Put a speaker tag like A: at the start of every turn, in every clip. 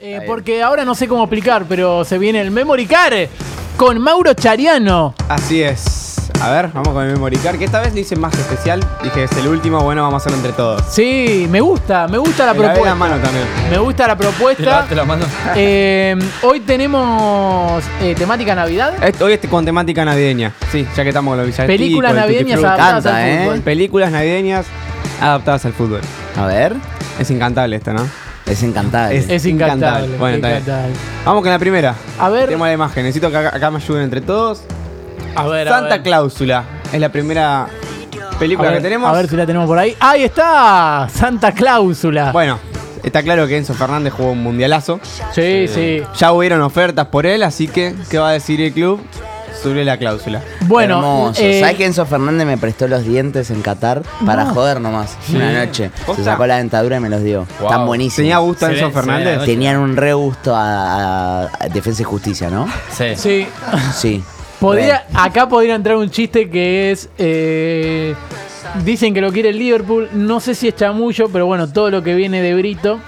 A: Eh, porque ahora no sé cómo explicar, pero se viene el Memory Card con Mauro Chariano.
B: Así es. A ver, vamos con el Memory Card, que esta vez lo hice más especial. Dije, es el último, bueno, vamos a hacerlo entre todos.
A: Sí, me gusta, me gusta la
B: Me lavé
A: propuesta.
B: la mano también.
A: Me gusta la propuesta.
C: Te la, te la mando.
A: Eh, hoy tenemos eh, temática Navidad.
B: Eh, Hoy es con temática navideña. Sí, ya que estamos con los villancicos.
A: Películas
B: el Tutti
A: navideñas
B: Frutti.
A: adaptadas
D: Canta,
A: al
D: ¿eh?
A: fútbol.
B: Películas navideñas adaptadas al fútbol.
D: A ver.
B: Es incantable esta, ¿no?
D: Es encantable.
B: Es-
A: Es incantable.
B: Incantable. Bueno, está bien.
A: incantable.
B: Vamos con la primera.
A: A ver.
B: Tema de imagen. Necesito que acá, acá me ayuden entre todos.
A: A ver, a
B: Santa
A: ver.
B: Cláusula. Es la primera
A: A
B: película
A: ver,
B: que tenemos.
A: A ver si la tenemos por ahí. Ahí está, Santa Cláusula.
B: Bueno, está claro que Enzo Fernández jugó un mundialazo.
A: sí, sí.
B: Ya hubieron ofertas por él, así que, ¿qué va a decir el club? Sobre la cláusula.
A: Bueno,
D: Hermoso.
A: eh,
D: ¿Sabes que Enzo Fernández me prestó los dientes en Qatar para joder nomás? Una noche.
B: ¿Posta?
D: Se sacó la dentadura y me los dio.
C: Wow.
D: Tan buenísimos.
B: ¿Tenía gusto
C: Se
B: Enzo
C: ve- se ve la
B: Fernández?
C: noche.
D: Tenían un re gusto a, a- a Defensa y Justicia, ¿no?
C: Sí.
A: sí.
D: Sí.
A: Podría, acá podría entrar un chiste que es. eh, dicen que lo quiere el Liverpool. No sé si es chamullo, pero bueno, todo lo que viene de Brito.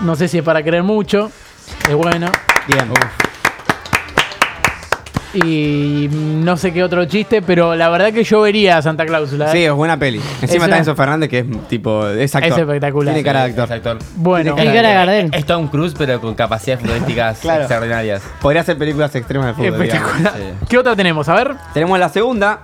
A: No sé si es para creer mucho. Es bueno.
B: Bien.
A: Y no sé qué otro chiste, pero la verdad que yo vería a Santa Cláusula.
B: Sí,
A: ¿eh?
B: es buena peli.
A: Es
B: Encima
A: una-
B: está Enzo Fernández, que es tipo. Es actor.
A: Es espectacular.
B: Tiene cara de actor.
C: Es actor.
A: Bueno,
B: Tiene
E: cara de Gardel.
C: Es Tom Cruise, pero con capacidades futbolísticas
B: Claro.
C: extraordinarias.
B: Podría hacer películas extremas de fútbol. digamos.
A: espectacular.
C: Sí.
A: ¿Qué otra tenemos? A ver.
B: Tenemos la segunda,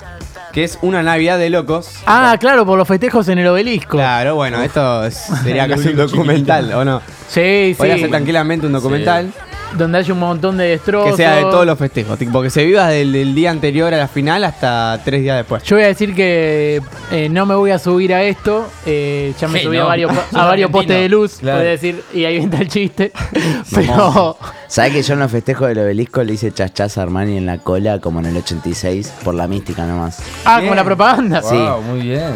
B: que es Una Navidad de Locos.
A: Ah, claro, por los festejos en el obelisco.
B: Claro, bueno, esto es- sería
C: Lo
B: casi un
C: único
B: documental, ¿o no?
A: Sí,
B: Podría
A: sí.
B: ser tranquilamente un documental
A: Donde hay un montón de destrozos.
B: que sea de todos los festejos, tipo que se viva del, del día anterior a la final hasta tres días después.
A: Yo voy a decir que eh, no me voy a subir a esto. eh, ya me
C: Sí,
A: subí
C: no.
A: a varios,
C: Sos
A: a varios
C: argentino.
A: postes de luz.
C: Claro.
A: Voy a decir, y ahí está el chiste. Pero
D: Pero... ¿Sabes que yo en los festejos del obelisco le hice chachas a Armani en la cola como en el 86 por la mística nomás?
A: Ah,
B: Bien.
A: como la propaganda.
C: Wow, muy bien.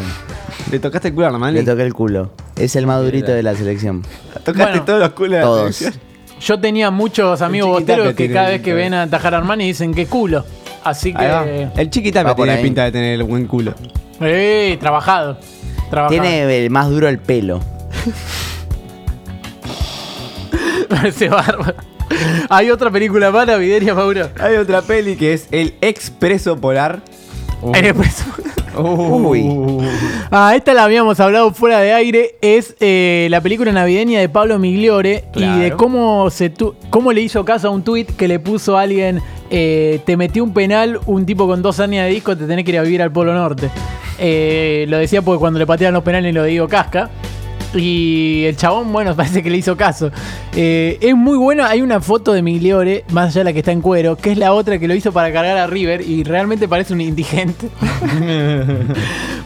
B: Le tocaste el culo a Armani.
D: Le toqué el culo. Es el madurito de la selección.
B: tocaste
A: Bueno.
B: todos los culos. de la
D: Todos.
B: selección.
A: Yo tenía muchos amigos
B: chiquitape
A: bosteros que
B: tiene
A: cada
B: el
A: vez que
B: cabello.
A: ven a atajar a Armani dicen que culo. Así
B: Ahí va.
A: que.
B: El chiquita
D: Va
B: me
D: por
B: tiene
D: ahí.
B: pinta de tener el buen culo.
A: Eh, trabajado. Trabajado.
D: Tiene el más duro el pelo.
A: Ese bárbaro. Hay otra película más navideña, Mauro.
B: Hay otra peli que es El Expreso Polar.
A: Eh, pues-
D: Uy.
A: Ah, esta la habíamos hablado fuera de aire. Es eh, la película navideña de Pablo Migliore y de cómo, se tu- cómo le hizo caso a un tuit que le puso a alguien: eh, Te metí un penal, un tipo con dos años de disco, te tenés que ir a vivir al Polo Norte. Eh, lo decía porque cuando le pateaban los penales lo digo casca. Y el chabón, bueno, parece que le hizo caso. Eh, es muy bueno, hay una foto de Migliore, más allá de la que está en cuero, que es la otra que lo hizo para cargar a River y realmente parece un indigente.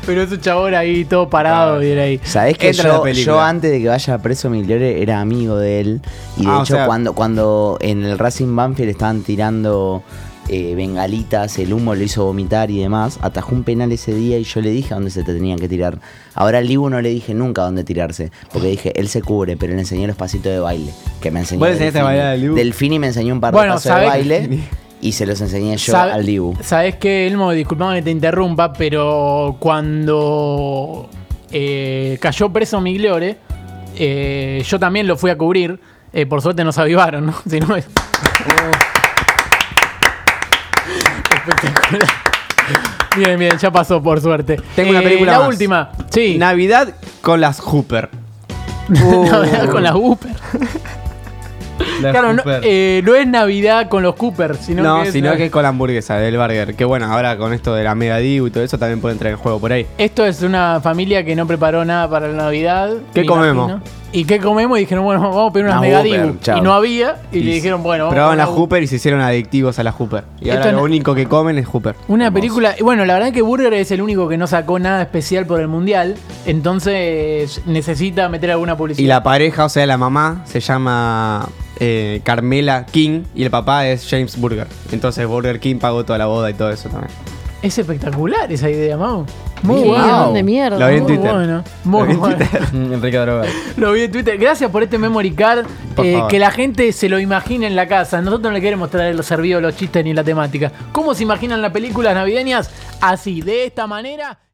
A: Pero es un chabón ahí todo parado y era ahí.
D: ¿Sabés que
B: Entra la
D: yo,
B: película.
D: yo antes de que vaya a preso Migliore era amigo de él? Y de
B: Ah, o
D: hecho
B: sea-
D: cuando, cuando en el Racing Banfield estaban tirando eh, bengalitas, el humo lo hizo vomitar y demás, atajó un penal ese día y yo le dije a dónde se te tenían que tirar. Ahora al Libu no le dije nunca a dónde tirarse, porque dije, él se cubre, pero le enseñé los pasitos de baile, que me enseñó.
B: ¿Vos le enseñaste a
D: Delfini.
B: bailar al Libu?
D: Delfini me enseñó un par
A: Bueno,
D: de pasos
A: ¿sabés-
D: de baile y se los enseñé yo
A: Sabe-
D: al Dibu.
A: Sabes que, Elmo, disculpame que te interrumpa, pero cuando eh, cayó preso Migliore, eh, yo también lo fui a cubrir. Eh, por suerte nos avivaron, ¿no? Si no es. Espectacular. Bien, bien, ya pasó, por suerte.
B: Tengo una
A: Eh,
B: película
A: La
B: más.
A: última, sí.
B: Navidad con las Hooper. Uh.
A: Navidad con las Cooper.
C: La
A: Claro, no,
C: Cooper.
A: eh, no es Navidad con los Cooper, sino
B: No,
A: que es
B: sino que es con la hamburguesa del burger. Que bueno, ahora con esto de la Mega Divo y todo eso también puede entrar en juego por ahí.
A: Esto es una familia que no preparó nada para la Navidad.
B: ¿Qué
A: me
B: comemos?
A: imagino. ¿Y qué comemos? Y dijeron, bueno, vamos a pedir unas
D: Una
A: mega
D: Whopper,
A: Dibu. Y
D: chao.
A: no había. Y, le dijeron, bueno, vamos
B: Probaban
A: a
B: la
A: una Whopper.
B: Hooper y se hicieron adictivos a la Hooper. Y
A: Esto
B: ahora
A: no-
B: lo único que comen es Hooper.
A: Una
B: Hermoso.
A: película. y Bueno, la verdad que Burger es el único que no sacó nada especial por el mundial. Entonces necesita meter alguna publicidad.
B: Y la pareja, o sea, la mamá se llama eh, Carmela King y el papá es James Burger. Entonces Burger King pagó toda la boda y todo eso también.
A: Es espectacular esa idea, Mau. Muy
E: Qué
A: bueno.
E: guión de mierda.
B: Lo vi en
A: Muy
B: Twitter.
A: bueno. Muy
B: Lo vi en
A: bueno.
B: Twitter.
C: Enrique Droga.
A: Lo vi en Twitter. Gracias por este memory card.
B: Por
A: eh,
B: favor.
A: que la gente se lo imagine en la casa. Nosotros no le queremos traer los servidos, los chistes ni la temática. ¿Cómo se imaginan las películas navideñas? Así, de esta manera.